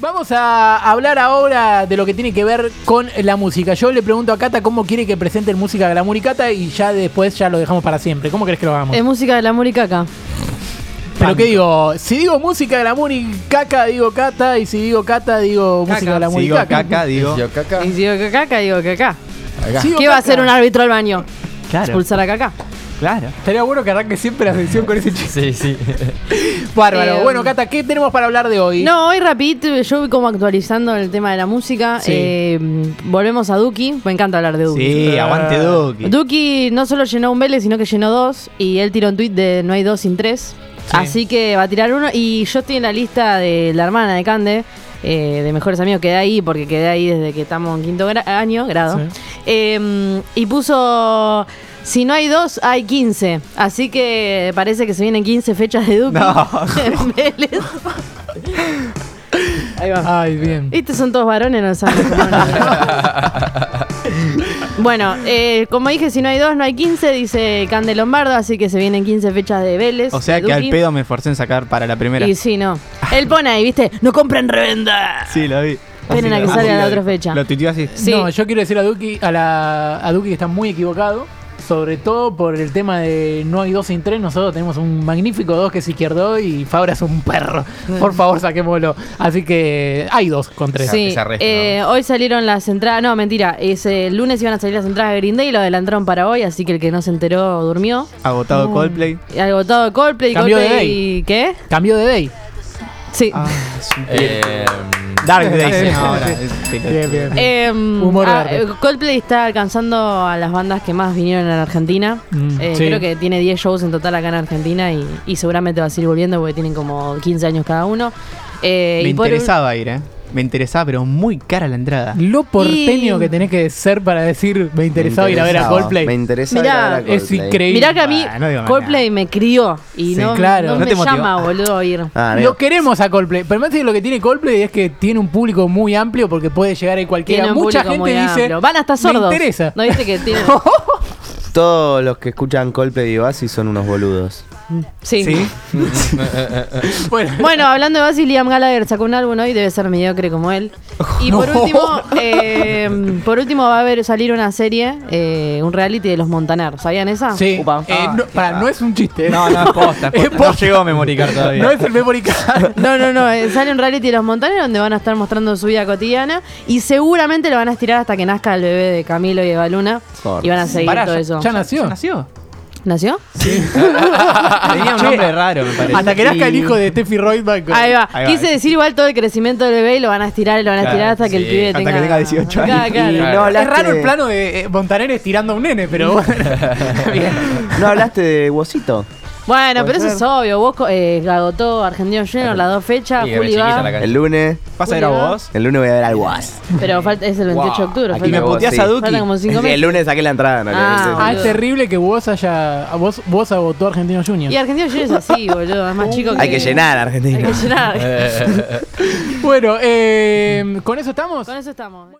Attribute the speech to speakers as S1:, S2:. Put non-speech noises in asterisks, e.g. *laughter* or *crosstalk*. S1: Vamos a hablar ahora de lo que tiene que ver con la música. Yo le pregunto a Cata cómo quiere que presente el música de la Muricata y ya después ya lo dejamos para siempre. ¿Cómo crees que lo hagamos?
S2: Es música de la Múrica acá.
S1: Pero qué digo, si digo música de la Muricaca, digo Cata, y si digo Cata, digo
S2: Caca.
S1: música de la
S3: Si digo
S1: Muricaca.
S3: caca, digo.
S4: Yo caca.
S2: Y si digo que acá, digo que acá.
S4: Acá.
S1: Sí, Digo
S2: ¿Qué va a
S1: caca.
S2: hacer un árbitro al baño?
S3: Claro,
S2: Expulsar a Caca.
S3: claro.
S1: Estaría bueno que arranque siempre la sesión con ese chiste.
S3: Sí, sí.
S1: Bárbaro.
S2: Eh,
S1: bueno, Cata, ¿qué tenemos para hablar de hoy?
S2: No, hoy rapidito, yo voy como actualizando el tema de la música.
S1: Sí.
S2: Eh, volvemos a Duki. Me encanta hablar de Duki.
S3: Sí, aguante Duki.
S2: Duki no solo llenó un Vélez, sino que llenó dos. Y él tiró un tuit de no hay dos sin tres. Así que va a tirar uno. Y yo estoy en la lista de la hermana de Cande, eh, de mejores amigos. Quedé ahí porque quedé ahí desde que estamos en quinto gra- año, grado. Eh, y puso. Si no hay dos, hay 15. Así que parece que se vienen 15 fechas de Duki
S3: *laughs* No.
S2: *laughs* en
S3: *laughs*
S2: Vélez. Ahí va.
S1: Ay, bien.
S2: Estos son todos varones, no
S3: *laughs*
S2: saben cómo hablar. Bueno, eh, como dije, si no hay dos, no hay 15, dice Cande Lombardo, así que se vienen 15 fechas de Vélez.
S3: *laughs* O sea
S2: de
S3: que al
S2: Duki.
S3: pedo me esforcé en sacar para la primera.
S2: Y sí, no. Él pone ahí, ¿viste? No compren revenda.
S3: Sí, lo vi.
S2: Esperen a que
S3: Así
S2: salga
S3: lo
S2: la
S3: vi.
S2: otra fecha.
S3: Lo tuiteó así.
S2: Sí.
S1: No, yo quiero decir a Duki, a, la, a Duki que está muy equivocado, sobre todo por el tema de no hay dos sin tres, nosotros tenemos un magnífico dos que es izquierdo y Fabra es un perro.
S2: Mm.
S1: Por favor, saquémoslo. Así que hay dos con tres.
S2: Sí,
S4: esa resta,
S2: eh, hoy salieron las entradas, no, mentira, ese lunes iban a salir las entradas de Green Day y lo adelantaron para hoy, así que el que no se enteró durmió. Mm.
S3: Agotado Coldplay.
S2: Y Agotado Coldplay,
S1: Cambió de
S2: Coldplay
S1: day.
S2: y ¿qué?
S1: Cambio de day.
S2: Sí.
S3: Ah.
S4: Eh,
S3: Dark
S1: Sí,
S3: Days ahora.
S1: sí. Bien, bien, bien.
S2: Em,
S1: Humor
S2: ah,
S1: verde.
S2: eh, Coldplay está alcanzando a las bandas que más vinieron a la Argentina.
S1: Mm,
S2: Eh,
S1: sí.
S2: Creo que tiene 10 shows en total acá en Argentina y, y seguramente va a seguir volviendo porque tienen como 15 años cada uno. Eh,
S3: Me
S2: y por-
S3: interesaba ir, ¿eh? Me interesaba, pero muy cara la entrada.
S1: Lo porteño
S2: Y-
S1: que tenés que ser para decir me interesaba ir a ver a
S4: interesaba,
S1: Coldplay.
S4: Me interesaba
S2: Mirá,
S4: ir a ver a Coldplay.
S1: Es increíble.
S2: Mirá que a mí
S3: Bah, no digo más
S2: Coldplay me crió y
S1: Sí,
S2: no,
S1: claro.
S2: no
S1: ¿No
S2: me
S3: te motivó?
S2: llama, boludo, a ir.
S4: Ah,
S1: Lo
S4: mira.
S1: queremos a Coldplay. Pero más que lo que tiene Coldplay es que tiene un público muy amplio porque puede llegar a cualquiera.
S2: Tiene un
S1: Mucha
S2: público
S1: gente
S2: muy
S1: dice.
S2: amplio. Van hasta sordos.
S1: Me interesa.
S2: ¿No viste que tienen?
S4: Todos los que escuchan Coldplay y Oasis son unos boludos.
S2: Sí.
S3: Sí. *laughs*
S1: Bueno,
S2: Bueno, hablando de Basil, Liam Gallagher sacó un álbum hoy, debe ser mediocre como él. Y por
S1: No.
S2: último, eh, por último va a haber salir una serie, eh, un reality de los Montaner. ¿Sabían esa?
S1: sí.
S3: Upa. Ah.
S1: Eh, no, para, no es un chiste.
S3: No, no, es posta. *laughs*
S1: *laughs*
S3: es
S1: Es
S3: posta. No
S1: posta.
S3: llegó a memoricar todavía.
S1: No es el memory
S3: *laughs*
S1: card.
S2: No, no, no. eh, sale un reality de los Montaner donde van a estar mostrando su vida cotidiana y seguramente lo van a estirar hasta que nazca el bebé de Camilo y Eva Luna
S4: Por
S2: y van a seguir
S3: Pará,
S2: todo
S3: ya-
S2: eso.
S1: ya nació.
S3: ¿Nació?
S2: ¿Nació?
S3: Tenía un
S1: Che,
S3: nombre raro, me parece.
S1: Hasta que nazca el
S3: Sí.
S1: hijo de Steffi Reutemann.
S2: Ahí va.
S3: Ahí va.
S2: Quise decir igual todo el crecimiento del bebé y lo van a estirar y lo van a
S3: Claro,
S2: estirar hasta que el
S4: sí.
S2: pibe
S3: Hasta que
S2: tenga...
S3: tenga 18 años.
S2: Claro, claro.
S4: Y no
S1: es
S4: hablaste
S1: raro el
S3: Este-
S4: de-
S1: plano de eh, Montaner estirando a un nene, pero
S3: *laughs*
S1: bueno. Bien.
S4: ¿No hablaste de Huesito?
S2: Bueno, pero
S4: Puede
S2: eso
S4: ser.
S2: es obvio. Vos co- eh, agotó Argentino Junior las dos fechas.
S5: Sí, que
S2: Juli
S5: chiquilla la
S2: va.
S5: cancha.
S4: El lunes.
S3: ¿Vas a ir a vos?
S4: El lunes voy a ver al Guas.
S2: Pero falta, es el 28 de
S3: Guau,
S2: octubre.
S4: aquí
S3: Y
S2: falta-
S3: me
S4: Vos,
S3: puteás
S4: sí.
S3: a Duki.
S2: Faltan como cinco
S4: El
S2: meses.
S4: lunes saqué la entrada. en realidad.
S2: Ah,
S1: Ah,
S4: Sí,
S1: es
S2: boludo.
S1: terrible que vos haya. Vos, vos agotó a Argentino Junior.
S2: Y Argentino Junior es así, boludo. Es más chico
S4: sí.
S2: que.
S4: Hay que llenar,
S2: ah, Hay
S4: *laughs* Argentina.
S2: que llenar.
S1: Bueno, eh, ¿con eso estamos?
S2: Con eso estamos.